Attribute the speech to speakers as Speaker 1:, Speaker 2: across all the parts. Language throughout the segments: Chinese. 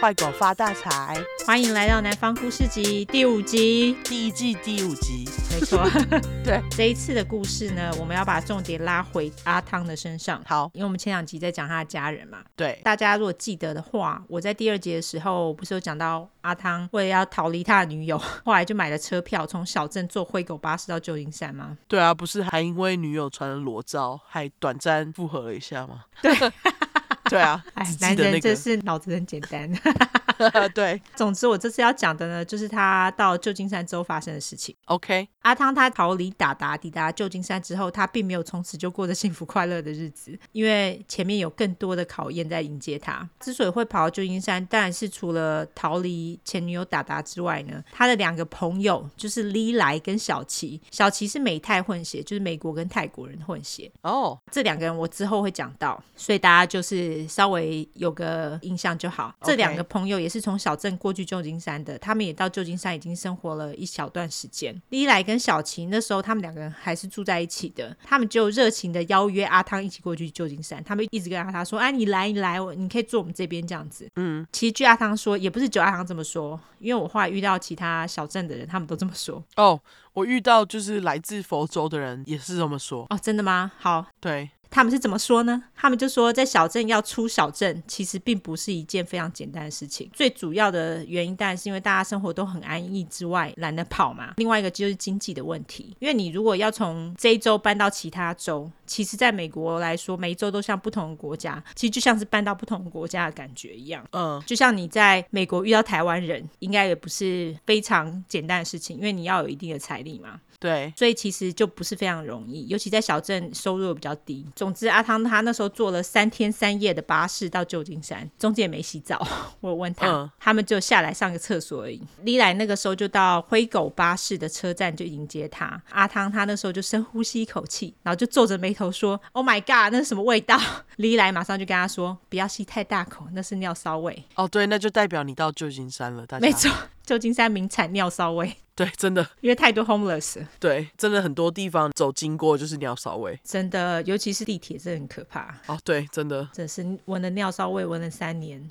Speaker 1: 坏狗发大财
Speaker 2: 欢迎来到南方故事集第五集。
Speaker 1: 第一季第五集。
Speaker 2: 没错，
Speaker 1: 对，
Speaker 2: 这一次的故事呢，我们要把重点拉回阿汤的身上，
Speaker 1: 好，
Speaker 2: 因为我们前两集在讲他的家人嘛。
Speaker 1: 对，
Speaker 2: 大家如果记得的话，我在第二集的时候不是有讲到阿汤为了要逃离他的女友， 后来就买了车票从小镇坐灰狗巴士到旧金山吗？
Speaker 1: 对啊，不是还因为女友传了裸照，还短暂复合了一下吗？
Speaker 2: 对，
Speaker 1: 对啊，
Speaker 2: 哎
Speaker 1: 只，记
Speaker 2: 男
Speaker 1: 得
Speaker 2: 人
Speaker 1: 那
Speaker 2: 真是脑子很简单。
Speaker 1: 个， 对
Speaker 2: 总之，我这次要讲的呢，就是他到旧金山之后发生的事情。
Speaker 1: ，OK，
Speaker 2: 阿汤他逃离达达，抵达旧金山之后，他并没有从此就过着幸福快乐的日子，因为前面有更多的考验在迎接他。之所以会跑到旧金山，当然是除了逃离前女友达达之外呢，他的两个朋友就是利莱跟小齐。小齐是美泰混血，就是美国跟泰国人混血。
Speaker 1: 哦、
Speaker 2: 这两个人我之后会讲到，所以大家就是稍微有个印象就好。
Speaker 1: OK
Speaker 2: 这两个朋友也是从小镇过去旧金山的，他们也到旧金山已经生活了一小段时间。莉莱跟小琪那时候他们两个人还是住在一起的，他们就热情的邀约阿汤一起过去旧金山，他们一直跟阿汤说：“哎、你来，你来，我你可以住我们这边这样子。”嗯，其实据阿汤说，也不是只有阿汤这么说，因为我后来遇到其他小镇的人，他们都这么说。
Speaker 1: 哦，我遇到就是来自佛州的人也是这么说，
Speaker 2: 哦，真的吗？好，
Speaker 1: 对，
Speaker 2: 他们是怎么说呢？他们就说，在小镇要出小镇，其实并不是一件非常简单的事情。最主要的原因当然是因为大家生活都很安逸之外，懒得跑嘛。另外一个就是经济的问题，因为你如果要从这一州搬到其他州，其实在美国来说，每一州都像不同的国家，其实就像是搬到不同的国家的感觉一样。
Speaker 1: 嗯，
Speaker 2: 就像你在美国遇到台湾人，应该也不是非常简单的事情，因为你要有一定的财力嘛。
Speaker 1: 对，
Speaker 2: 所以其实就不是非常容易，尤其在小镇收入比较低。总之，阿汤他那时候坐了三天三夜的巴士到旧金山，中间也没洗澡。我有问他，
Speaker 1: 嗯
Speaker 2: 他们就下来上个厕所而已。莉莱那个时候就到灰狗巴士的车站就迎接他，阿汤他那时候就深呼吸一口气，然后就皱着眉头说：“Oh my god，那是什么味道？” 莉莱马上就跟他说：“不要吸太大口，那是尿骚味。
Speaker 1: 哦，对，那就代表你到旧金山了，”大家，
Speaker 2: 没，错，旧金山名产尿骚味，
Speaker 1: 对，真的，
Speaker 2: 因为太多 homeless 了。
Speaker 1: 对，真的很多地方走经过就是鸟少味，
Speaker 2: 真的，尤其是地铁，真的很可怕。
Speaker 1: 哦，对，真的，
Speaker 2: 真是闻了尿骚味，闻了三年，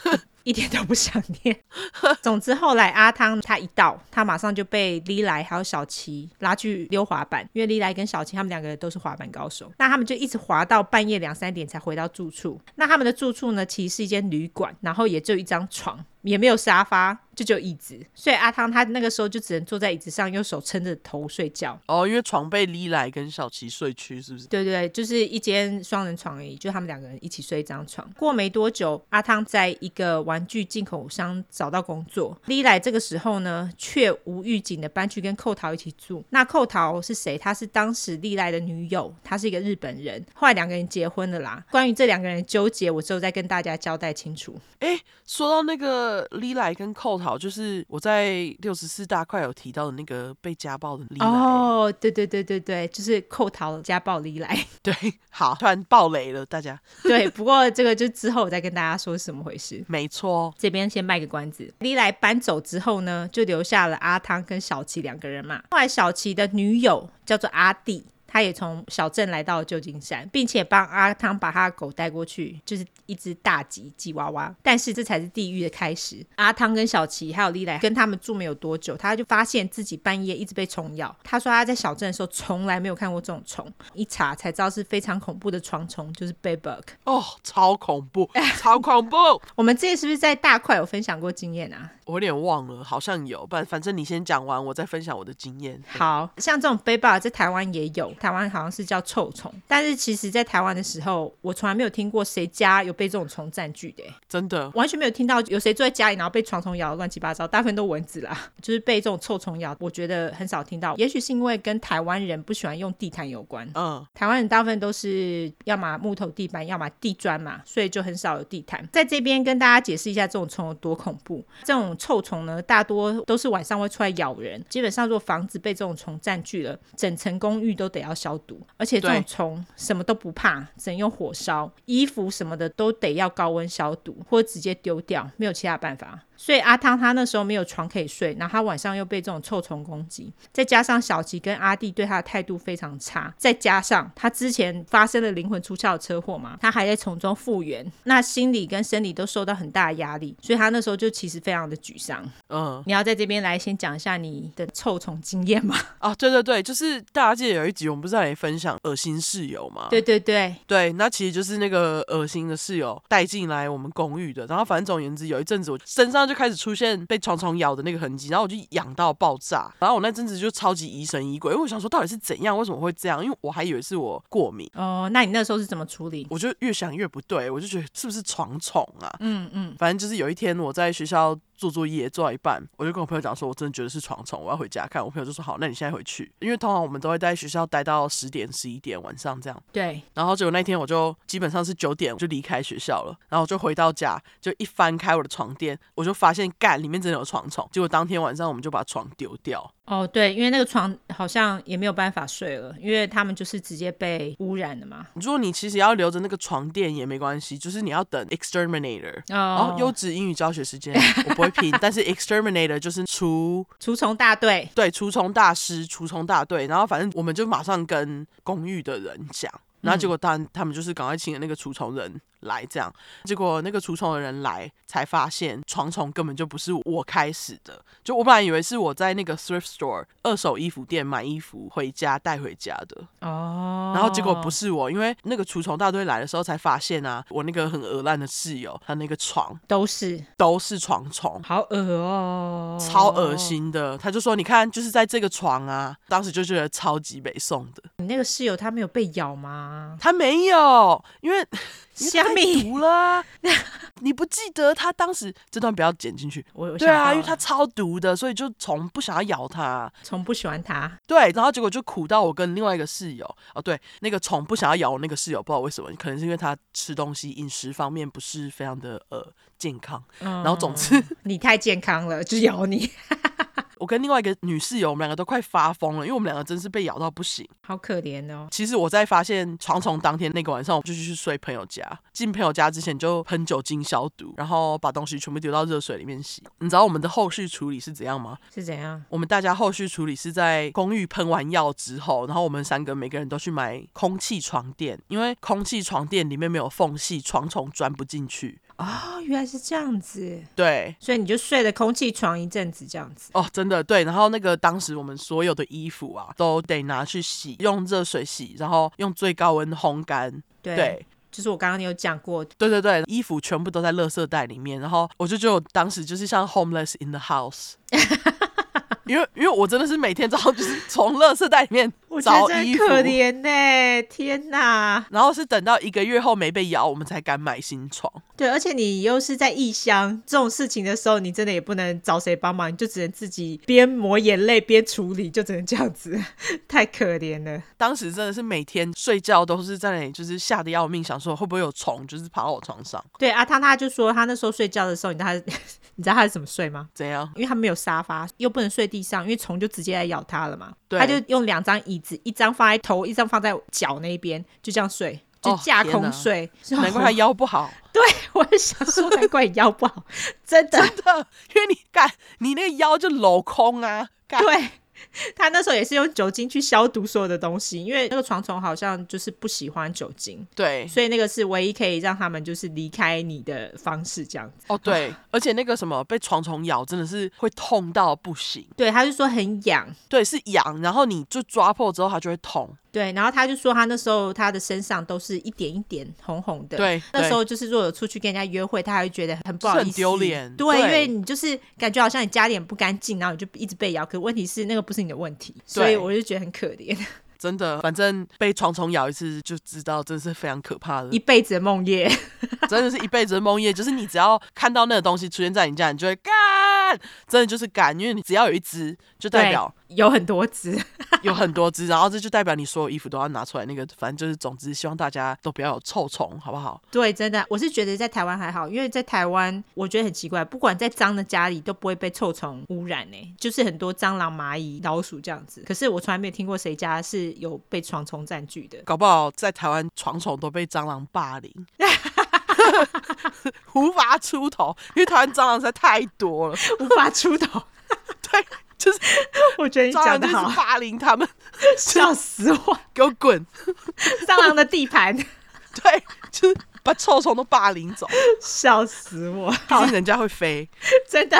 Speaker 2: 一点都不想念。 总之，后来阿汤他一到，他马上就被莉莱还有小琪拉去溜滑板，因为莉莱跟小琪他们两个人都是滑板高手。那他们就一直滑到半夜两三点才回到住处。那他们的住处呢，其实是一间旅馆，然后也只有一张床。也没有沙发，就只有椅子，所以阿汤他那个时候就只能坐在椅子上，用手撑着头睡觉。
Speaker 1: 哦，因为床被李来跟小琪睡去，是不是？
Speaker 2: 对对对，就是一间双人床而已，就他们两个人一起睡一张床。过没多久，阿汤在一个玩具进口商找到工作。莉莱这个时候呢，却无预警的搬去跟寇桃一起住。那寇桃是谁？她是当时莉莱的女友，她是一个日本人。后来两个人结婚了啦。关于这两个人的纠结，我之后再跟大家交代清楚。
Speaker 1: 哎，说到那个李来跟寇桃，就是我在六十四大块有提到的那个被家暴的李来。
Speaker 2: 哦，对对对对对，就是寇桃家暴莉莱。
Speaker 1: 对，好，突然爆雷了，大家，
Speaker 2: 对，不过这个就之后我再跟大家说是怎么回事。
Speaker 1: 没错，
Speaker 2: 这边先卖个关子。莉莱搬走之后呢，就留下了阿汤跟小琪两个人嘛。后来小琪的女友叫做阿弟，她也从小镇来到了旧金山，并且帮阿汤把他的狗带过去，就是一只大吉吉娃娃。但是这才是地狱的开始。阿汤跟小琪还有莉莱跟他们住没有多久，他就发现自己半夜一直被虫咬。他说他在小镇的时候从来没有看过这种虫，一查才知道是非常恐怖的床虫，就是 bed bug。
Speaker 1: 哦，超恐怖，超恐怖，
Speaker 2: 我们这是不是在大块有分享过经验啊？
Speaker 1: 我有点忘了，好像有，不然反正你先讲完，我再分享我的经验。
Speaker 2: 好像这种背包在台湾也有，台湾好像是叫臭虫，但是其实在台湾的时候，我从来没有听过谁家有被这种虫占据的欸，
Speaker 1: 真的，
Speaker 2: 完全没有听到有谁住在家里然后被床虫咬得乱七八糟，大部分都蚊子啦， 就是被这种臭虫咬，我觉得很少听到，也许是因为跟台湾人不喜欢用地毯有关。
Speaker 1: 嗯，
Speaker 2: 台湾人大部分都是要么木头地板，要么地砖嘛，所以就很少有地毯。在这边跟大家解释一下这种虫有多恐怖。这种臭虫呢，大多都是晚上会出来咬人。基本上，如果房子被这种虫占据了，整层公寓都得要消毒。而且这
Speaker 1: 对
Speaker 2: 种虫什么都不怕，只能用火烧，衣服什么的都得要高温消毒，或者直接丢掉，没有其他办法。所以阿汤他那时候没有床可以睡，然后他晚上又被这种臭虫攻击，再加上小吉跟阿弟对他的态度非常差，再加上他之前发生了灵魂出窍的车祸嘛，他还在从中复原，那心理跟生理都受到很大的压力，所以他那时候就其实非常的沮丧。
Speaker 1: 嗯，
Speaker 2: 你要在这边来先讲一下你的臭虫经验吗？
Speaker 1: 啊，对对对，就是大家记得有一集我们不是来分享恶心室友吗？
Speaker 2: 对对对，
Speaker 1: 对，那其实就是那个恶心的室友带进来我们公寓的，然后反正总而言之，有一阵子我身上就开始出现被虫虫咬的那个痕迹，然后我就痒到爆炸，然后我那阵子就超级疑神疑鬼，因为我想说到底是怎样，为什么会这样？因为我还以为是我过敏，
Speaker 2: 哦，那你那时候是怎么处理？
Speaker 1: 我就越想越不对，我就觉得是不是床虫啊？
Speaker 2: 嗯嗯，
Speaker 1: 反正就是有一天我在学校做作业做到一半，我就跟我朋友讲说，我真的觉得是床虫，我要回家看。我朋友就说好，那你现在回去，因为通常我们都会在学校待到十点十一点晚上这样。
Speaker 2: 对，
Speaker 1: 然后结果那天我就基本上是九点我就离开学校了，然后我就回到家，就一翻开我的床垫，我就发现干里面真的有床虫。结果当天晚上我们就把床丢掉。
Speaker 2: 哦对，因为那个床好像也没有办法睡了，因为他们就是直接被污染的嘛。
Speaker 1: 如果你其实要留着那个床垫也没关系，就是你要等 exterminator。然
Speaker 2: 哦
Speaker 1: 后，优质英语教学时间我不会拼，但是 exterminator 就是除
Speaker 2: 除虫大队，
Speaker 1: 对除虫大师、除虫大队，然后反正我们就马上跟公寓的人讲，然后结果当然他们就是赶快请了那个除虫人来，这样结果那个除虫的人来才发现床虫根本就不是我开始的，就我本来以为是我在那个 thrift store 二手衣服店买衣服回家带回家的，
Speaker 2: 哦，
Speaker 1: 然后结果不是我，因为那个除虫大队来的时候才发现啊，我那个很鹅烂的室友他那个床
Speaker 2: 都是
Speaker 1: 都是床虫。
Speaker 2: 好恶哦，
Speaker 1: 超恶。心的，他就说：“你看，就是在这个床啊。”当时就觉得超级北宋的，
Speaker 2: 你那个室友他没有被咬吗？
Speaker 1: 他没有，因为因为
Speaker 2: 虾
Speaker 1: 太
Speaker 2: 米，
Speaker 1: 毒了啊，你不记得他当时这段不要剪进去。
Speaker 2: 我我
Speaker 1: 对啊，因为
Speaker 2: 他
Speaker 1: 他超毒的，所以就虫不想要咬他。
Speaker 2: 从不喜欢他，
Speaker 1: 对，然后结果就苦到我跟另外一个室友哦，对，那个虫不想要咬我那个室友，不知道为什么，可能是因为他吃东西饮食方面不是非常的呃健康。
Speaker 2: 然
Speaker 1: 然后总之，
Speaker 2: 嗯你太健康了，就咬你，
Speaker 1: 我跟另外一个女室友，我们两个都快发疯了，因为我们两个真是被咬到不行。
Speaker 2: 好可怜哦。
Speaker 1: 其实我在发现床虫当天那个晚上，我就去睡朋友家。进朋友家之前就喷酒精消毒，然后把东西全部丢到热水里面洗。你知道我们的后续处理是怎样吗？
Speaker 2: 是怎样？
Speaker 1: 我们大家后续处理是在公寓喷完药之后，然后我们三个每个人都去买空气床垫，因为空气床垫里面没有缝隙，床虫钻不进去。啊
Speaker 2: 哦，原来是这样子，
Speaker 1: 对。
Speaker 2: 所以你就睡了空气床一阵子，这样子。
Speaker 1: 哦，真的对，然后那个当时我们所有的衣服啊，都得拿去洗，用热水洗，然后用最高温烘干。
Speaker 2: 对，
Speaker 1: 对，
Speaker 2: 就是我刚刚有讲过，
Speaker 1: 对对对，衣服全部都在垃圾袋里面，然后我就觉得我当时就是像 homeless in the house，因为因为我真的是每天早上就是从垃圾袋里面
Speaker 2: 我觉
Speaker 1: 找
Speaker 2: 得真
Speaker 1: 衣
Speaker 2: 的
Speaker 1: 服，
Speaker 2: 可怜呢、天哪！
Speaker 1: 然后是等到一个月后没被咬，我们才敢买新床。
Speaker 2: 对，而且你又是在异乡，这种事情的时候，你真的也不能找谁帮忙，你就只能自己边抹眼泪边处理，就只能这样子， 太可怜了。
Speaker 1: 当时真的是每天睡觉都是在那里，就是吓得要命，想说会不会有虫，就是爬到我床上
Speaker 2: 对，阿汤他就说他那时候睡觉的时候，你知道他你知道他是怎 么睡吗？
Speaker 1: 怎 样？
Speaker 2: 因为他没有沙发，又不能睡地上，因为虫就直接来咬他了嘛。
Speaker 1: 对
Speaker 2: 他就用两张椅子，一张放在头，一张放在脚那边，就这样睡，就
Speaker 1: 哦
Speaker 2: 架
Speaker 1: 天
Speaker 2: 空
Speaker 1: 哪
Speaker 2: 睡。
Speaker 1: 难怪他腰不好，
Speaker 2: 我也想说，难怪你腰不好， 真的。
Speaker 1: 真的，因为你干你那个腰就镂空啊，干
Speaker 2: 对。他那时候也是用酒精去消毒所有的东西，因为那个床虫好像就是不喜欢酒精，
Speaker 1: 对
Speaker 2: 所以那个是唯一可以让他们就是离开你的方式，这样子。
Speaker 1: 哦对，而且那个什么被床虫咬真的是会痛到不行。
Speaker 2: 对，他就说很痒，
Speaker 1: 对，是痒，然后你就抓破之后它就会痛。
Speaker 2: 对，然后他就说他那时候他的身上都是一点一点红红的。，
Speaker 1: 对，
Speaker 2: 那
Speaker 1: 对
Speaker 2: 时候就是如果有出去跟人家约会，他还会觉得很不好
Speaker 1: 是
Speaker 2: 意
Speaker 1: 很
Speaker 2: 思，
Speaker 1: 丢脸
Speaker 2: 对，
Speaker 1: 对
Speaker 2: 因为你就是感觉好像你家里很不干净，然后你就一直被咬。可问题是那个不是你的问题，所以
Speaker 1: 对嗯
Speaker 2: 我就觉得很可怜，
Speaker 1: 真的，反正被床虫咬一次就知道，真是非常可怕的
Speaker 2: 一，辈子的梦魇。
Speaker 1: 真的是一辈子的梦魇。就是你只要看到那个东西出现在你家，你就会干，真的就是干，因为你只要有一只，就代表
Speaker 2: 对有很多只。
Speaker 1: 有很多只，然后这就代表你所有衣服都要拿出来。那个，反正就是，总之希望大家都不要有臭虫，好不好？
Speaker 2: 对，真的，我是觉得在台湾还好，因为在台湾我觉得很奇怪，不管在脏的家里都不会被臭虫污染呢、就是很多蟑螂、蚂蚁、老鼠这样子。可是我从来没有听过谁家是有被床虫占据的。
Speaker 1: 搞不好在台湾床虫都被蟑螂霸凌。 无法出头，因为台湾蟑螂实在太多了。
Speaker 2: 无法出头。
Speaker 1: 对，就是
Speaker 2: 我觉得你
Speaker 1: 蟑
Speaker 2: 讲
Speaker 1: 螂
Speaker 2: 的
Speaker 1: 就是
Speaker 2: 好，
Speaker 1: 霸凌他们，
Speaker 2: 笑死我！
Speaker 1: 给我滚！
Speaker 2: 蟑螂的地盘，
Speaker 1: 对，就是把臭虫都霸凌走，
Speaker 2: 笑死我！
Speaker 1: 毕
Speaker 2: 好
Speaker 1: 竟，人家会飞。
Speaker 2: 真的，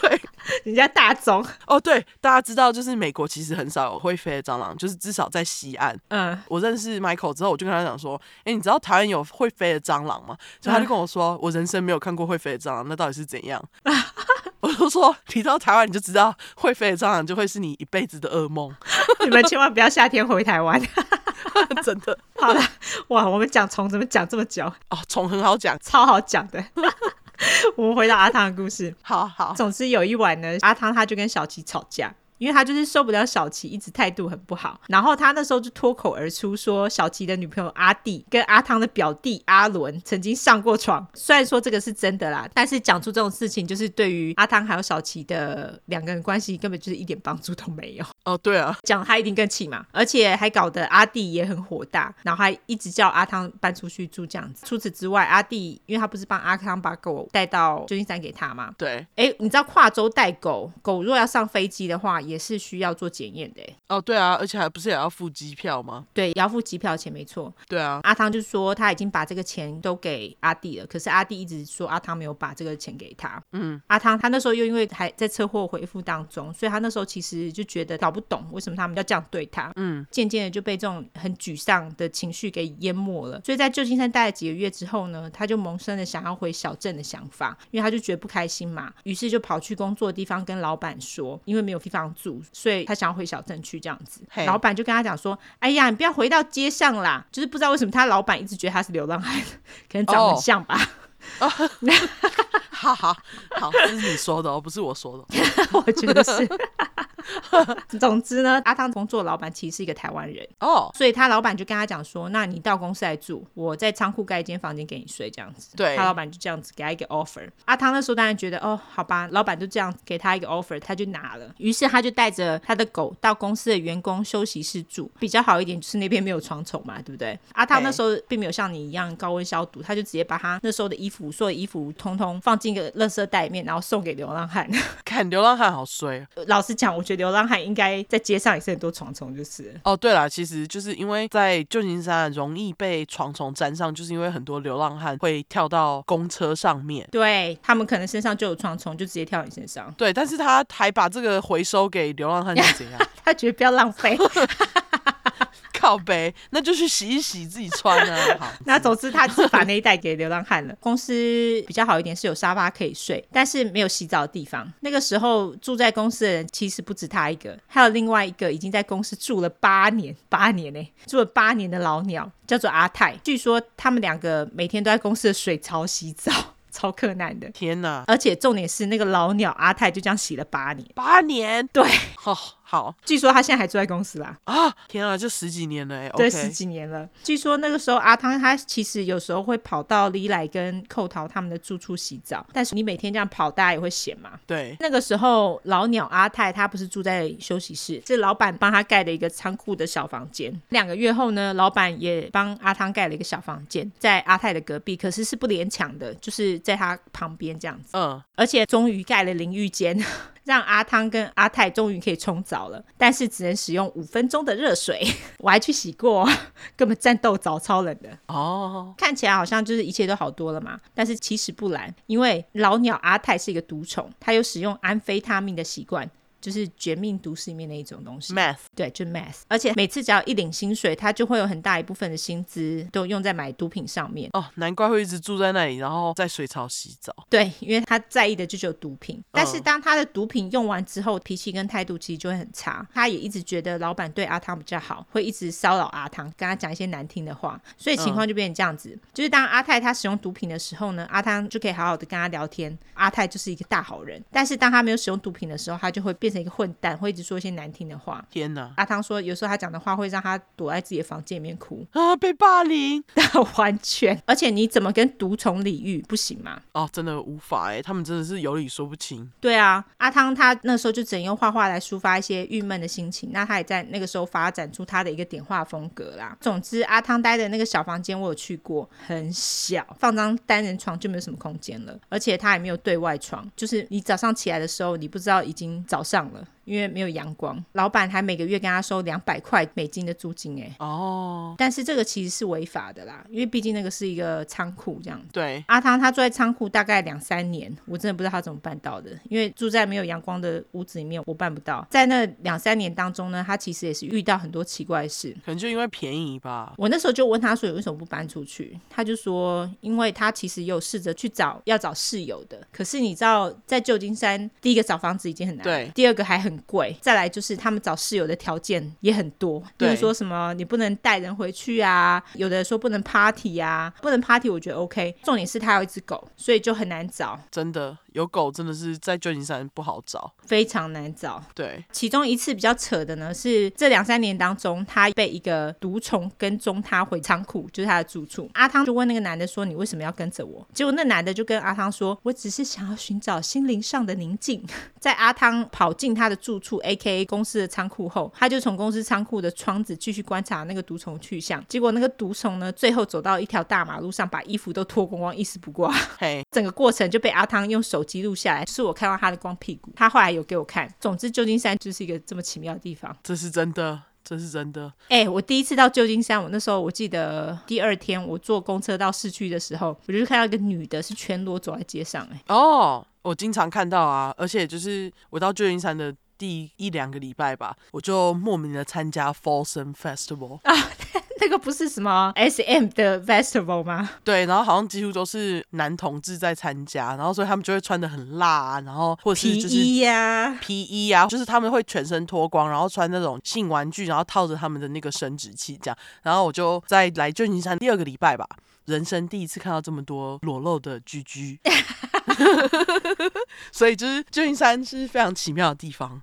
Speaker 1: 对，
Speaker 2: 人家大宗，
Speaker 1: 哦对，大家知道，就是美国其实很少有会飞的蟑螂，就是至少在西岸。
Speaker 2: 嗯，
Speaker 1: 我认识 Michael 之后，我就跟他讲说：“哎、你知道台湾有会飞的蟑螂吗？”所以他就跟我说：“我人生没有看过会飞的蟑螂，那到底是怎样？” 我就说：“你到台湾你就知道，会飞的蟑螂就会是你一辈子的噩梦，
Speaker 2: 你们千万不要夏天回台湾。
Speaker 1: 真的
Speaker 2: 好了，哇，我们讲虫怎么讲这么久，
Speaker 1: 哦，虫很好讲，
Speaker 2: 超好讲的。我们回到阿汤的故事。
Speaker 1: 好 好，
Speaker 2: 总之有一晚呢，阿汤他就跟小琪吵架，因为他就是受不了小琪一直态度很不好。然后他那时候就脱口而出说，小琪的女朋友阿弟跟阿汤的表弟阿伦曾经上过床。虽然说这个是真的啦，但是讲出这种事情，就是对于阿汤还有小琪的两个人关系根本就是一点帮助都没有。
Speaker 1: 哦，对啊，
Speaker 2: 讲他一定更气嘛，而且还搞得阿弟也很火大，然后还一直叫阿汤搬出去住这样子。除此之外，阿弟因为他不是帮阿汤把狗带到旧金山给他嘛，
Speaker 1: 对，
Speaker 2: 诶，你知道跨州带狗，狗若要上飞机的话，也是需要做检验的诶，
Speaker 1: 哦，对啊，而且还不是也要付机票吗？
Speaker 2: 对，也要付机票钱没错。
Speaker 1: 对啊，
Speaker 2: 阿汤就说他已经把这个钱都给阿弟了，可是阿弟一直说阿汤没有把这个钱给他。
Speaker 1: 嗯，
Speaker 2: 阿汤他那时候又因为还在车祸恢复当中，所以他那时候其实就觉得搞不懂为什么他们要这样对他。
Speaker 1: 嗯，
Speaker 2: 渐渐的就被这种很沮丧的情绪给淹没了。所以在旧金山待了几个月之后呢，他就萌生了想要回小镇的想法，因为他就觉得不开心嘛，于是就跑去工作的地方跟老板说，因为没有地方住，所以他想要回小镇去这样子
Speaker 1: 嘿。
Speaker 2: 老板就跟他讲说：“哎呀，你不要回到街上啦！”就是不知道为什么他老板一直觉得他是流浪汉， 可能长得
Speaker 1: 哦
Speaker 2: 很像吧。
Speaker 1: 哈哈，好，这是你说的哦，不是我说的 哦。
Speaker 2: 我觉得是。总之呢，阿汤工作的老板其实是一个台湾人，
Speaker 1: 哦，
Speaker 2: 所以他老板就跟他讲说：“那你到公司来住，我在仓库盖一间房间给你睡，这样子。”
Speaker 1: 对
Speaker 2: 他老板就这样子给他一个 offer。阿汤那时候当然觉得哦，好吧，老板就这样给他一个 offer，他就拿了。于是他就带着他的狗到公司的员工休息室住，比较好一点，就是那边没有床虫嘛，对不对？阿汤
Speaker 1: 对
Speaker 2: 那时候并没有像你一样高温消毒，他就直接把他那时候的衣服、所有衣服通通放进一个垃圾袋里面，然后送给流浪汉。
Speaker 1: 看流浪汉好衰哦
Speaker 2: 老实讲，我觉得流浪汉应该在街上也是很多床虫，就是了
Speaker 1: 哦，对啦，其实就是因为在旧金山容易被床虫沾上，就是因为很多流浪汉会跳到公车上面。
Speaker 2: 对他们可能身上就有床虫，就直接跳你身上。
Speaker 1: 对，但是他还把这个回收给流浪汉是 怎样？
Speaker 2: 他觉得不要浪费。
Speaker 1: 靠背，那就去洗一洗自己穿啊。好，
Speaker 2: 那总之，他就是把那一袋给流浪汉了。公司比较好一点，是有沙发可以睡，但是没有洗澡的地方。那个时候住在公司的人其实不止他一个，还有另外一个已经在公司住了八年，八年呢、住了八年的老鸟，叫做阿泰。据说他们两个每天都在公司的水槽洗澡， 超困难的。
Speaker 1: 天哪，
Speaker 2: 而且重点是，那个老鸟阿泰就这样洗了八年。
Speaker 1: 八年，
Speaker 2: 对，
Speaker 1: 哦，好
Speaker 2: 据说他现在还住在公司啦，
Speaker 1: 啊，天啊，就十几年了哎、
Speaker 2: 对，
Speaker 1: OK，
Speaker 2: 十几年了。据说那个时候阿汤他其实有时候会跑到李来跟寇桃他们的住处洗澡，但是你每天这样跑，大家也会嫌嘛。
Speaker 1: 对，
Speaker 2: 那个时候老鸟阿泰他不是住在休息室，是老板帮他盖的一个仓库的小房间。两个月后呢，老板也帮阿汤盖了一个小房间，在阿泰的隔壁，可是是不连墙的，就是在他旁边这样子。
Speaker 1: 嗯，
Speaker 2: 而且终于盖了淋浴间， 让阿汤跟阿泰终于可以冲澡了，但是只能使用五分钟的热水。 我还去洗过， 根本战斗澡超冷的。
Speaker 1: 哦，
Speaker 2: 看起来好像就是一切都好多了嘛，但是其实不然，因为老鸟阿泰是一个毒虫，他有使用安非他命的习惯。就是《绝命毒师》里面的一种东西
Speaker 1: m，a t h
Speaker 2: 对，就 meth。而且每次只要一领薪水，他就会有很大一部分的薪资都用在买毒品上面。
Speaker 1: 哦，难怪会一直住在那里，然后在水槽洗澡。
Speaker 2: 对，因为他在意的就只有毒品，但是当他的毒品用完之后，脾气跟态度其实就会很差。他也一直觉得老板对阿汤比较好，会一直骚扰阿汤，跟他讲一些难听的话，所以情况就变成这样子。就是当阿泰他使用毒品的时候呢，阿汤就可以好好的跟他聊天，阿泰就是一个大好人。但是当他没有使用毒品的时候，他就会变成一个混蛋，会一直说一些难听的话。
Speaker 1: 天哪！
Speaker 2: 阿汤说，有时候他讲的话会让他躲在自己的房间里面哭，
Speaker 1: 啊，被霸凌
Speaker 2: 但完全，而且你怎么跟毒虫理喻不行吗？
Speaker 1: 哦，真的无法哎、他们真的是有理说不清。
Speaker 2: 对啊，阿汤他那时候就只能用画画来抒发一些郁闷的心情。那他也在那个时候发展出他的一个点画风格啦。总之，阿汤待的那个小房间我有去过，很小，放张单人床就没有什么空间了，而且他也没有对外窗，就是你早上起来的时候，你不知道已经早上了。因为没有阳光，老板还每个月跟他收两百块美金的租金哎，
Speaker 1: 哦，
Speaker 2: 但是这个其实是违法的啦，因为毕竟那个是一个仓库这样子。
Speaker 1: 对，
Speaker 2: 阿汤他住在仓库大概两三年，我真的不知道他怎么办到的，因为住在没有阳光的屋子里面，我办不到。在那两三年当中呢，他其实也是遇到很多奇怪的事。
Speaker 1: 可能就因为便宜吧。
Speaker 2: 我那时候就问他说：“你为什么不搬出去？”他就说：“因为他其实有试着去找要找室友的，可是你知道，在旧金山，第一个找房子已经很难，
Speaker 1: 对，
Speaker 2: 第二个还很贵，再来就是他们找室友的条件也很多，比
Speaker 1: 对
Speaker 2: 如说什么你不能带人回去啊，有的说不能 party 啊，不能 party 我觉得 OK，重点是他有一只狗，所以就很难找，
Speaker 1: 真的有狗真的是在旧金山不好找。
Speaker 2: 非常难找。
Speaker 1: 对，
Speaker 2: 其中一次比较扯的呢，是这两三年当中，他被一个毒虫跟踪他回仓库，就是他的住处。阿汤就问那个男的说：“你为什么要跟着我？”结果那男的就跟阿汤说：“我只是想要寻找心灵上的宁静。” 在阿汤跑进他的住处 （A.K.A. 公司的仓库）后，他就从公司仓库的窗子继续观察那个毒虫去向。结果那个毒虫呢，最后走到一条大马路上，把衣服都脱光光，一丝不挂。
Speaker 1: 嘿，
Speaker 2: 整个过程就被阿汤用手机录下来，就是我看到他的光屁股，他后来有给我看。总之，旧金山就是一个这么奇妙的地方。
Speaker 1: 这是真的，这是真的。
Speaker 2: 哎、我第一次到旧金山，我那时候我记得第二天我坐公车到市区的时候，我就看到一个女的是全裸走在街上、哎，
Speaker 1: 哦，我经常看到啊，而且就是我到旧金山的第一两个礼拜吧，我就莫名的参加 Folsom Festival，、
Speaker 2: 那个不是什么 S M 的 festival 吗？
Speaker 1: 对，然后好像几乎都是男同志在参加，然后所以他们就会穿的很辣啊，然后或者是
Speaker 2: 皮
Speaker 1: 就是
Speaker 2: 衣呀、
Speaker 1: 皮衣啊，就是他们会全身脱光，然后穿那种性玩具，然后套着他们的那个生殖器这样。然后我就在来旧金山第二个礼拜吧，人生第一次看到这么多裸露的居居。所以就是旧金山是非常奇妙的地方，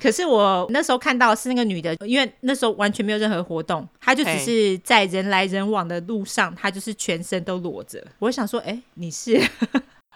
Speaker 2: 可是我那时候看到的是那个女的，因为那时候完全没有任何活动，她就只
Speaker 1: 嘿
Speaker 2: 是在人来人往的路上，她就是全身都裸着。我想说，哎、你是？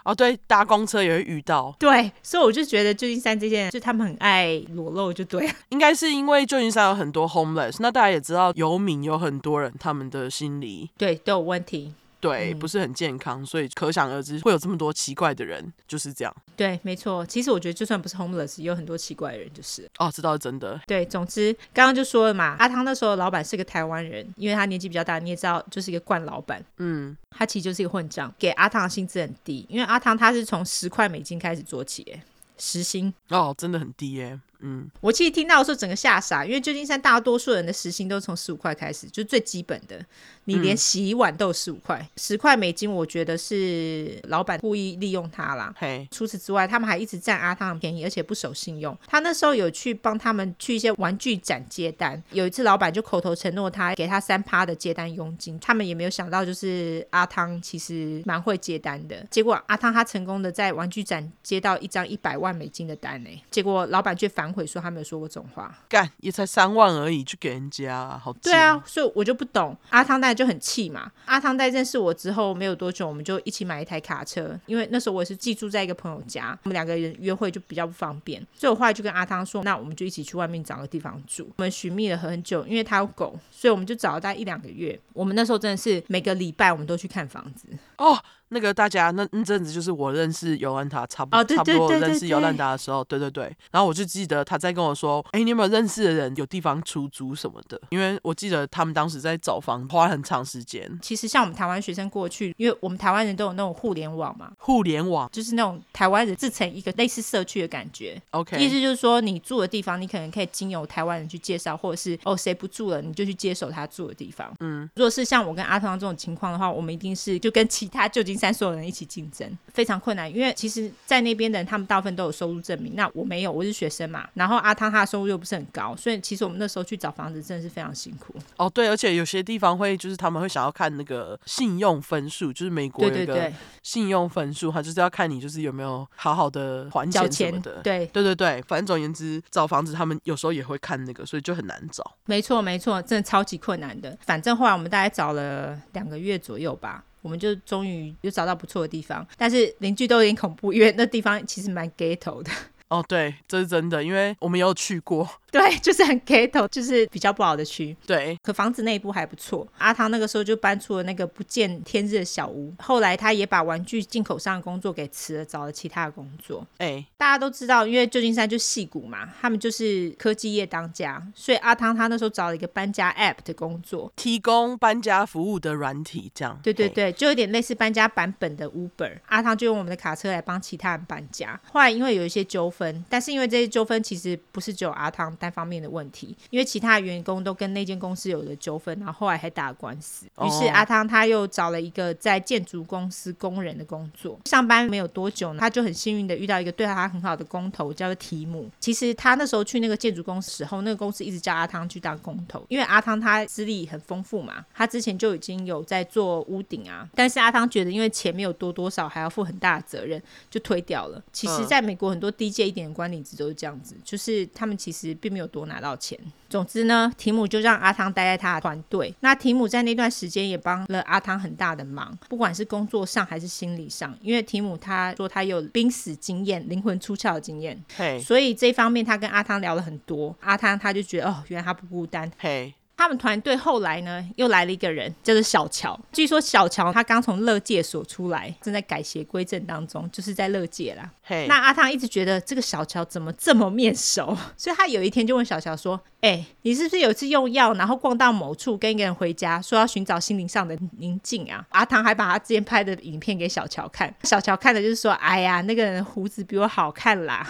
Speaker 1: 哦，对，搭公车也会遇到，
Speaker 2: 对，所以我就觉得旧金山这些人，就他们很爱裸露，就对了。
Speaker 1: 应该是因为旧金山有很多 homeless，那大家也知道游民有很多人他们的心理
Speaker 2: 对，都有问题。
Speaker 1: 对不是很健康，所以可想而知会有这么多奇怪的人，就是这样。
Speaker 2: 对，没错。其实我觉得，就算不是 homeless，也有很多奇怪的人，就是。
Speaker 1: 哦，这倒是真的，
Speaker 2: 对，总之刚刚就说了嘛，阿汤那时候的老板是个台湾人，因为他年纪比较大，你也知道，就是一个惯老板。
Speaker 1: 嗯。
Speaker 2: 他其实就是一个混账，给阿汤的薪资很低，因为阿汤他是从十块美金开始做起，哎，时薪。
Speaker 1: 哦，真的很低耶、嗯，
Speaker 2: 我其实听到的时候整个吓傻，因为旧金山大多数人的时薪都从十五块开始，就最基本的，你连洗碗都有十五块，十块美金，我觉得是老板故意利用他啦。
Speaker 1: 嘿，
Speaker 2: 除此之外，他们还一直占阿汤的便宜，而且不守信用。他那时候有去帮他们去一些玩具展接单，有一次老板就口头承诺他给他三趴的接单佣金，他们也没有想到就是阿汤其实蛮会接单的。结果阿汤他成功的在玩具展接到一张一百万美金的单呢、结果老板却反悔说他没有说过这种话。
Speaker 1: 干也才三万而已，就给人家、啊，好
Speaker 2: 对啊，所以我就不懂阿汤代就很气嘛。阿汤代认识我之后没有多久，我们就一起买一台卡车，因为那时候我也是寄住在一个朋友家，我们两个人约会就比较不方便，所以我后来就跟阿汤说，那我们就一起去外面找个地方住。我们寻觅了很久，因为他有狗，所以我们就找了大概一两个月。我们那时候真的是每个礼拜我们都去看房子，
Speaker 1: 贱哦。那个大家那那阵子就是我认识尤兰达，差不多、
Speaker 2: 哦对
Speaker 1: 差不多
Speaker 2: 对对对
Speaker 1: 认识尤兰达的时候，对对对。然后我就记得他在跟我说，哎、你有没有认识的人有地方出租什么的？因为我记得他们当时在找房花了很长时间，
Speaker 2: 其实像我们台湾学生过去，因为我们台湾人都有那种互联网嘛。
Speaker 1: 互联网
Speaker 2: 就是那种台湾人自成一个类似社区的感觉，意思
Speaker 1: ，OK，
Speaker 2: 就是说，你住的地方，你可能可以经由台湾人去介绍，或者是哦谁不住了，你就去接手他住的地方。嗯，如果是像我跟阿汤这种情况的话，我们一定是就跟乞其他旧金山所有人一起竞争，非常困难。因为其实，在那边的人他们大部分都有收入证明，那我没有，我是学生嘛。然后阿汤他的收入又不是很高，所以其实我们那时候去找房子真的是非常辛苦。
Speaker 1: 哦，对，而且有些地方会就是他们会想要看那个信用分数，就是美国
Speaker 2: 对对
Speaker 1: 有一
Speaker 2: 对
Speaker 1: 个，信用分数，他就是要看你就是有没有好好的还
Speaker 2: 交
Speaker 1: 钱什么
Speaker 2: 钱
Speaker 1: 的。
Speaker 2: 对，
Speaker 1: 对对对，反正总而言之，找房子他们有时候也会看那个，所以就很难找。
Speaker 2: 没错，没错，真的超级困难的。反正后来我们大概找了两个月左右吧，我们就终于又找到不错的地方，但是邻居都有点恐怖，因为那地方其实蛮 ghetto 的。
Speaker 1: 哦，对，这是真的，因为我们也有去过。
Speaker 2: 对，就是很 ghetto，就是比较不好的区。
Speaker 1: 对，
Speaker 2: 可房子内部还不错，阿汤那个时候就搬出了那个不见天日的小屋。后来他也把玩具进口商的工作给辞了，找了其他的工作。
Speaker 1: 哎，
Speaker 2: 大家都知道，因为旧金山就戏谷嘛，他们就是科技业当家，所以阿汤他那时候找了一个搬家 app 的工作，
Speaker 1: 提供搬家服务的软体这样。哦
Speaker 2: 对对
Speaker 1: 嘿，
Speaker 2: 对，就有点类似搬家版本的 Uber。阿汤就用我们的卡车来帮其他人搬家。后来因为有一些纠纷，但是因为这些纠纷其实不是只有阿汤单方面的问题，因为其他员工都跟那间公司有了纠纷，然后后来还打了官司。于是
Speaker 1: 哦
Speaker 2: 阿汤他又找了一个在建筑公司工人的工作，上班没有多久呢，他就很幸运的遇到一个对他很好的工头，叫做提姆。其实他那时候去那个建筑公司时候，那个公司一直叫阿汤去当工头，因为阿汤他资历很丰富嘛，他之前就已经有在做屋顶啊，但是阿汤觉得因为钱没有多多少，还要负很大的责任，就推掉了。其实，
Speaker 1: 嗯
Speaker 2: 在美国很多低阶一点的管理职都是这样子，就是他们其实并没有多拿到钱。总之呢，提姆就让阿汤待在他的团队。那提姆在那段时间也帮了阿汤很大的忙，不管是工作上还是心理上，因为提姆他说他有濒死经验、灵魂出窍的经验，
Speaker 1: 嘿，
Speaker 2: 所以这方面他跟阿汤聊了很多。阿汤他就觉得哦，原来他不孤单，
Speaker 1: 嘿，
Speaker 2: 他们团队后来呢，又来了一个人，叫做小乔。据说小乔他刚从乐界所出来，正在改邪归正当中，就是在乐界啦。
Speaker 1: 嘿，
Speaker 2: 那阿汤一直觉得这个小乔怎么这么面熟， 所以他有一天就问小乔说：“哎、你是不是有一次用药，然后逛到某处跟一个人回家，说要寻找心灵上的宁静啊？”阿汤还把他之前拍的影片给小乔看，小乔看的就是说：“哎呀，那个人胡子比我好看啦。”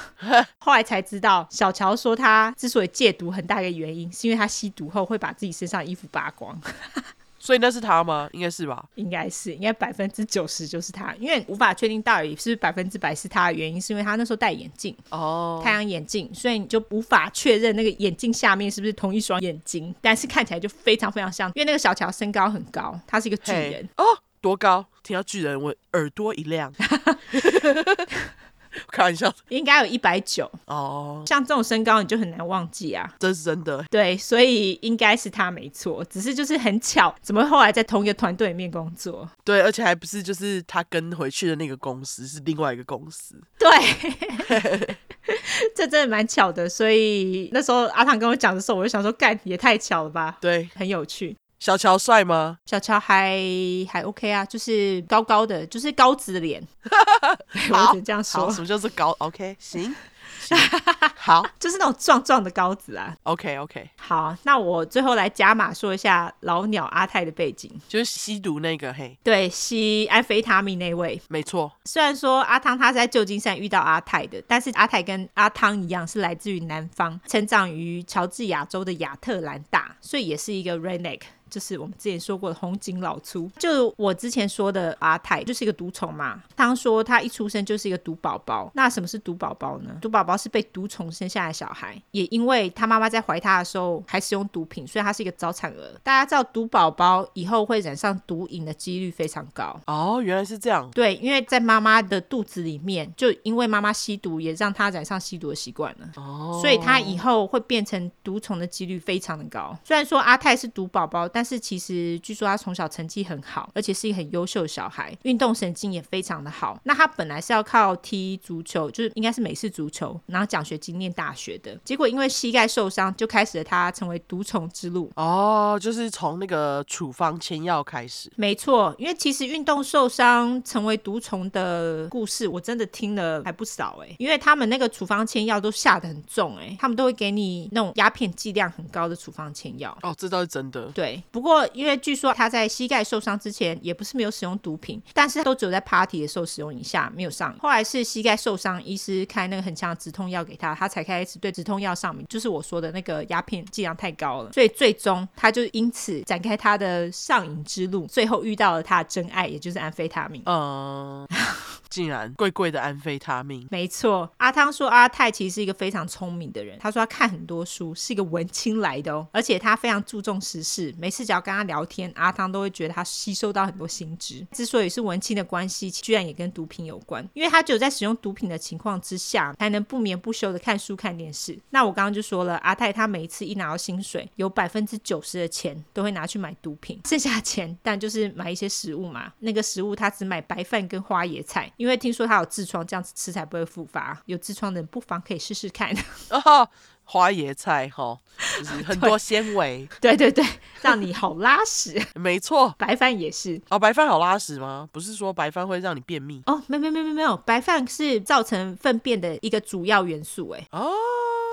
Speaker 2: 后来才知道，小乔说他之所以戒毒，很大一个原因是因为他吸毒后会把自己身上的衣服扒光。
Speaker 1: 所以那是他吗？应该是吧。
Speaker 2: 应该是，应该百分之九十就是他，因为无法确定到底是不是百分之百是他的原因，是因为他那时候戴眼镜，
Speaker 1: 哦，
Speaker 2: 太阳眼镜，所以你就无法确认那个眼镜下面是不是同一双眼睛，但是看起来就非常非常像，因为那个小乔身高很高，他是一个巨
Speaker 1: 嘿
Speaker 2: 人，
Speaker 1: 哦，多高？听到巨人，我耳朵一亮。 开玩笑的
Speaker 2: 应该有一百九，
Speaker 1: 哦，
Speaker 2: 像这种身高你就很难忘记啊。
Speaker 1: 这是真的。
Speaker 2: 对，所以应该是他没错，只是就是很巧，怎么后来在同一个团队里面工作？
Speaker 1: 对，而且还不是就是他跟回去的那个公司是另外一个公司。
Speaker 2: 对，这真的蛮巧的。所以那时候阿唐跟我讲的时候，我就想说，干也太巧了吧，
Speaker 1: 对，
Speaker 2: 很有趣。
Speaker 1: 小乔帅吗？
Speaker 2: 小乔还还 OK 啊，就是高高的，就是高子脸， 我只能这样
Speaker 1: 好，
Speaker 2: 说，
Speaker 1: 什么叫做高？OK，行， 行好
Speaker 2: 就是那种壮壮的高子啊。
Speaker 1: ，OK OK，
Speaker 2: 好，那我最后来加码说一下老鸟阿泰的背景，
Speaker 1: 就是吸毒那个，嘿，
Speaker 2: 对，吸安非他命那位。
Speaker 1: 没错，
Speaker 2: 虽然说阿汤他是在旧金山遇到阿泰的，但是阿泰跟阿汤一样是来自于南方，成长于乔治亚州的亚特兰大，所以也是一个 redneck。就是我们之前说过的红颈老粗，就我之前说的阿泰就是一个毒虫嘛。他说他一出生就是一个毒宝宝。那什么是毒宝宝呢？毒宝宝是被毒虫生下来的小孩，也因为他妈妈在怀他的时候还使用毒品，所以他是一个早产儿。大家知道毒宝宝以后会染上毒瘾的几率非常高。
Speaker 1: 哦，原来是这样，
Speaker 2: 对，因为在妈妈的肚子里面，就因为妈妈吸毒，也让她染上吸毒的习惯了。
Speaker 1: 哦，
Speaker 2: 所以她以后会变成毒虫的几率非常的高。虽然说阿泰是毒宝宝，但是其实据说他从小成绩很好，而且是一个很优秀的小孩，运动神经也非常的好。那他本来是要靠踢足球，就是应该是美式足球，然后奖学金念大学的。结果因为膝盖受伤，就开始了他成为毒虫之路。
Speaker 1: 哦，就是从那个处方签药开始，
Speaker 2: 没错，因为其实运动受伤成为毒虫的故事，我真的听了还不少哎、因为他们那个处方签药都下得很欸重哎、他们都会给你那种鸦片剂量很高的处方签药。
Speaker 1: 哦，这倒是真的，
Speaker 2: 对，不过，因为据说他在膝盖受伤之前也不是没有使用毒品，但是都只有在 party 的时候使用一下，没有上瘾。后来是膝盖受伤，医师开那个很强的止痛药给他，他才开始对止痛药上瘾，就是我说的那个鸦片剂量太高了，所以最终他就因此展开他的上瘾之路，最后遇到了他的真爱，也就是安非他命。
Speaker 1: 嗯，竟然贵贵的安非他命，
Speaker 2: 没错，阿汤说阿泰其实是一个非常聪明的人。他说他看很多书，是一个文青来的哦，而 且他非常注重时事。每次只要跟他聊天，阿汤都会觉得他吸收到很多新知。之所以是文青的关系，居然也跟毒品有关，因为他只有在使用毒品的情况之下，才能不眠不休的看书看电视。那我刚刚就说了，阿泰他每一次一拿到薪水，有百分之九十的钱都会拿去买毒品，剩下的钱但就是买一些食物嘛。那个食物他只买白饭跟花椰菜，因为听说他有痔疮，这样子吃才不会复发。有痔疮的人不妨可以试试看。
Speaker 1: 哦，花椰菜哈， 就是很多纤维，
Speaker 2: 对对对，让你好拉屎。
Speaker 1: 没错。
Speaker 2: 白饭也是
Speaker 1: 哦，白饭好拉屎吗？不是说白饭会让你便秘
Speaker 2: 哦，没没没没没有，白饭是造成粪便的一个主要元素，哎，
Speaker 1: 哦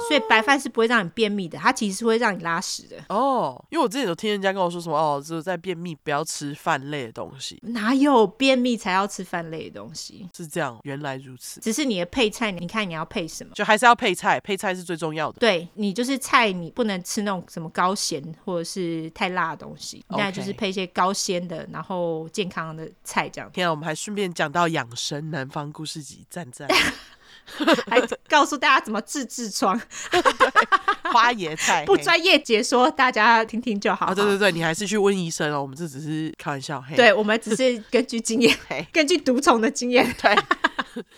Speaker 2: 所以白饭是不会让你便秘的，它其实是会让你拉屎的。
Speaker 1: 哦，因为我之前有听人家跟我说什么哦，就是在便秘不要吃饭类的东西，
Speaker 2: 哪有便秘才要吃饭类的东西？
Speaker 1: 是这样，原来如此，
Speaker 2: 只是你的配菜，你看你要配什么？
Speaker 1: 就还是要配菜，配菜是最重要的。
Speaker 2: 对你就是菜，你不能吃那种什么高咸或者是太辣的东西，那
Speaker 1: OK
Speaker 2: 就是配一些高鲜的，然后健康的菜 这样。
Speaker 1: 天啊，我们还顺便讲到养生南方故事集，赞赞，
Speaker 2: 还告诉大家怎么治痔疮，
Speaker 1: 花椰菜
Speaker 2: 不
Speaker 1: 嘿
Speaker 2: 专业解说，大家听听就好。
Speaker 1: 啊，对对对，你还是去问医生哦，我们这只是开玩笑，嘿，
Speaker 2: 对，我们只是根据经验
Speaker 1: 嘿，
Speaker 2: 根据毒虫的经验。
Speaker 1: 对，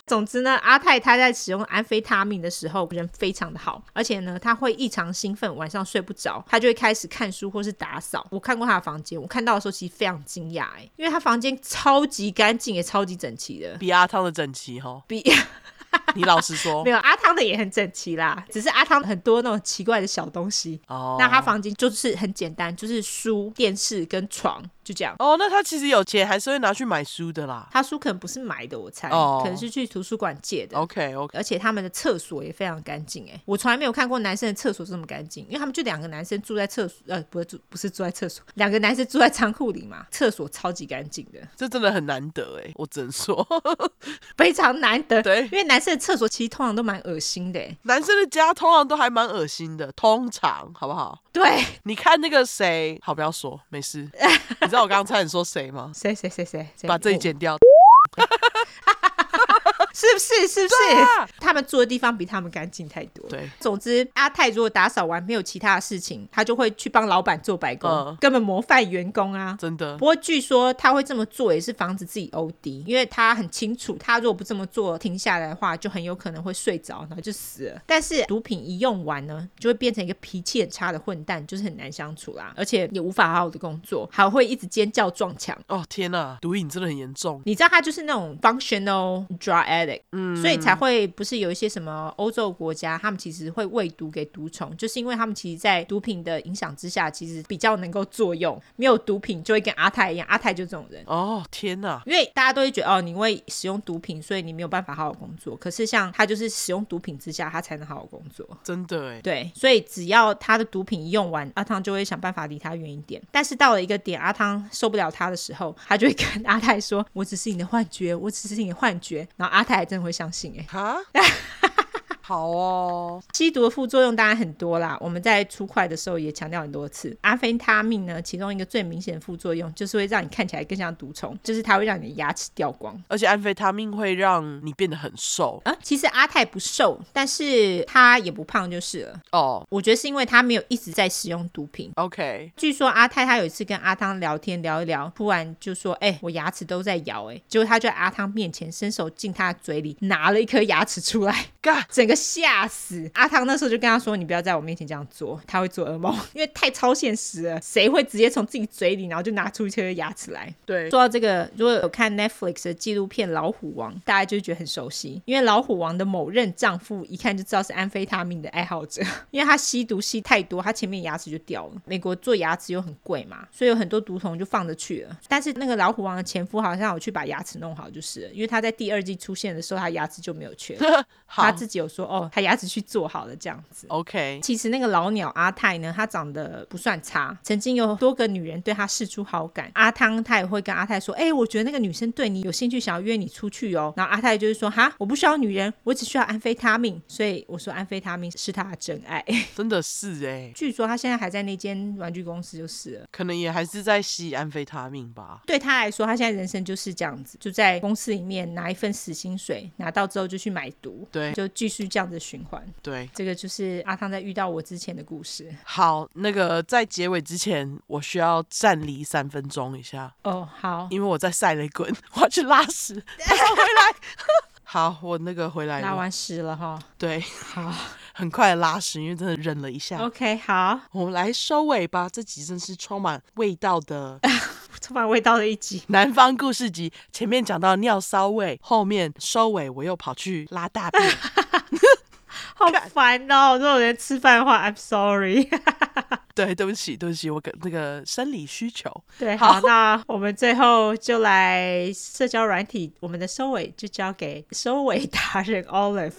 Speaker 2: 总之呢，阿泰他在使用安非他命的时候，人非常的好，而且呢，他会异常兴奋，晚上睡不着，他就会开始看书或是打扫。我看过他的房间，我看到的时候其实非常惊讶，哎，因为他房间超级干净，也超级整齐的。
Speaker 1: 比阿汤的整齐哈、哦，
Speaker 2: 比
Speaker 1: 你老实说
Speaker 2: 没，有阿汤的也很整齐啦，只是阿汤很多那种奇怪的小东西。
Speaker 1: 哦，
Speaker 2: 那他房间就是很简单，就是书、电视跟床，就这样。
Speaker 1: 哦，那他其实有钱，还是会拿去买书的啦。
Speaker 2: 他书可能不是买的，我猜，
Speaker 1: 哦
Speaker 2: 可能是去图书馆借的。
Speaker 1: OK OK，
Speaker 2: 而且他们的厕所也非常干净，哎，我从来没有看过男生的厕所这么干净，因为他们就两个男生住在厕所，呃，不是住，不是住在厕所， 两个男生住在仓库里嘛，厕所超级干净的，
Speaker 1: 这真的很难得哎，我只能说，
Speaker 2: 非常难得。
Speaker 1: 对
Speaker 2: 因为男生的厕所其实通常都蛮恶心的，哎，
Speaker 1: 男生的家通常都还蛮恶心的，通常好不好？
Speaker 2: 对，
Speaker 1: 你看那个谁，好不要说，没事。你知道我刚刚差点说 谁吗？
Speaker 2: 谁谁谁谁，谁
Speaker 1: 把这一
Speaker 2: 我
Speaker 1: 剪掉。
Speaker 2: 是不是？是不是？
Speaker 1: 对啊
Speaker 2: 他们住的地方比他们干净太多。
Speaker 1: 对，
Speaker 2: 总之，啊阿泰如果打扫完没有其他的事情，他就会去帮老板做白工，
Speaker 1: 嗯
Speaker 2: 根本模范员工啊。
Speaker 1: 真的
Speaker 2: 不过据说他会这么做也是防止自己 OD，因为他很清楚，他如果不这么做停下来的话，就很有可能会睡着，然后就死了。但是毒品一用完呢，就会变成一个脾气很差的混蛋，就是很难相处啦，而且也无法好好的工作，还会一直尖叫撞墙。
Speaker 1: 哦，天哪，毒瘾真的很严重。
Speaker 2: 你知道他就是那种 functional drug addict，嗯，所以才会不是有一些什么欧洲国家，他们其实会喂毒给毒虫，就是因为他们其实，在毒品的影响之下，其实比较能够作用，没有毒品就会跟阿泰一样，阿泰就这种人。
Speaker 1: 哦，天哪，
Speaker 2: 因为大家都会觉得哦，你因为使用毒品，所以你没有办法好好工作。可是像他就是使用毒品之下，他才能好好工作。
Speaker 1: 真的哎，
Speaker 2: 对，所以只要他的毒品一用完，阿汤就会想办法离他远一点。但是到了一个点，阿汤受不了他的时候，他就会跟阿泰说：“我只是你的幻觉，我只是你的幻觉。”然后阿泰还真的会相信、欸。
Speaker 1: 哈， 好哦，
Speaker 2: 吸毒的副作用当然很多啦，我们在出快的时候也强调很多次。阿非他命呢，其中一个最明显的副作用就是会让你看起来更像毒虫，就是它会让你的牙齿掉光。
Speaker 1: 而且安非他命会让你变得很瘦
Speaker 2: 啊，其实阿泰不瘦，但是他也不胖就是了。
Speaker 1: 哦。
Speaker 2: 我觉得是因为他没有一直在使用毒品，
Speaker 1: OK，
Speaker 2: 据说阿泰他有一次跟阿汤聊天聊一聊，突然就说：“哎、我牙齿都在咬。”哎，结果他就在阿汤面前伸手进他的嘴里，拿了一颗牙齿出来，
Speaker 1: 干
Speaker 2: 整个吓死。阿汤那时候就跟他说：“你不要在我面前这样做，他会做噩梦，因为太超现实了，谁会直接从自己嘴里然后就拿出一颗牙齿来？”
Speaker 1: 对
Speaker 2: 说到这个，如果有看 Netflix 的纪录片《老虎王》，大家就觉得很熟悉，因为老虎王的某任丈夫一看就知道是安非他命的爱好者， 因为他吸毒吸太多，他前面牙齿就掉了。美国做牙齿又很贵嘛，所以有很多毒虫就放着去了。但是那个老虎王的前夫好像有去把牙齿弄好，就是了因为他在第二季出现的时候，他牙齿就没有缺了。
Speaker 1: 好
Speaker 2: 他自己有说，说哦，他牙齿去做好了这样子。
Speaker 1: OK，
Speaker 2: 其实那个老鸟阿泰呢，他长得不算差，曾经有多个女人对他示出好感。阿汤他也会跟阿泰说：“哎、我觉得那个女生对你有兴趣，想要约你出去哦。”然后阿泰就是说：“哈，我不需要女人，我只需要安非他命。”所以我说安非他命是他的真爱。
Speaker 1: 真的是哎、
Speaker 2: 据说他现在还在那间玩具公司就是了。
Speaker 1: 可能也还是在吸安非他命吧。
Speaker 2: 对他来说，他现在人生就是这样子，就在公司里面拿一份死薪水，拿到之后就去买毒，
Speaker 1: 对
Speaker 2: 就继续这样子循环。
Speaker 1: 对，
Speaker 2: 这个就是阿汤在遇到我之前的故事。
Speaker 1: 好，那个在结尾之前，我需要站离三分钟一下，
Speaker 2: 哦，好，
Speaker 1: 因为我在赛雷滚，我要去拉屎， 马上回来。好，我那个回来
Speaker 2: 拉
Speaker 1: 了，
Speaker 2: 完屎了哈。
Speaker 1: 对，
Speaker 2: 好
Speaker 1: 很快地拉屎，因为真的忍了一下。
Speaker 2: ，OK，好，
Speaker 1: 我们来收尾吧，这集真是充满味道的
Speaker 2: 充满味道的一集。
Speaker 1: 南方故事集。前面讲到尿骚味，后面收尾我又跑去拉大便，
Speaker 2: 好烦哦！如果有人吃饭的话，I'm sorry。
Speaker 1: 对，对不起，对不起，我跟那个生理需求。
Speaker 2: 对，
Speaker 1: 好
Speaker 2: 好，那我们最后就来社交软体，我们的收尾就交给收尾达人 Olive。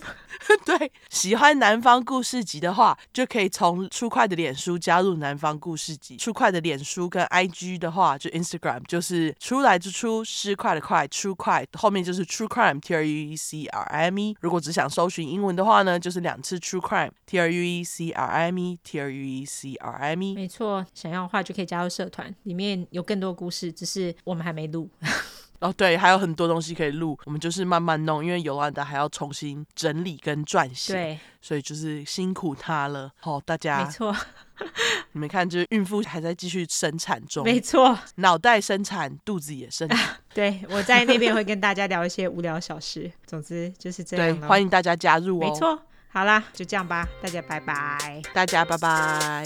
Speaker 1: 对，喜欢南方故事集的话，就可以从出快的脸书加入南方故事集。出快的脸书跟 IG 的话，就 Instagram 就是出来就出，失快的快，出快后面就是 True Crime T R U E C R I M E。如果只想搜寻英文的话呢，就是两次 True Crime T R U E C R I M E T R U E C R I M E。
Speaker 2: 没错，想要的话就可以加入社团，里面有更多故事，只是我们还没 录。
Speaker 1: 哦，对，还有很多东西可以录，我们就是慢慢弄，因为尤兰达还要重新整理跟撰写，
Speaker 2: 对，
Speaker 1: 所以就是辛苦他了。好、大家
Speaker 2: 没错，
Speaker 1: 你们看，就是孕妇还在继续生产中，
Speaker 2: 没 错。
Speaker 1: 脑袋生产，肚子也生产。
Speaker 2: 对，我在那边会跟大家聊一些无聊小事。总之就是这
Speaker 1: 对
Speaker 2: 样，咯
Speaker 1: 欢迎大家加入哦。
Speaker 2: 没，错，好啦，就这样吧，大家拜拜。
Speaker 1: 大家拜拜。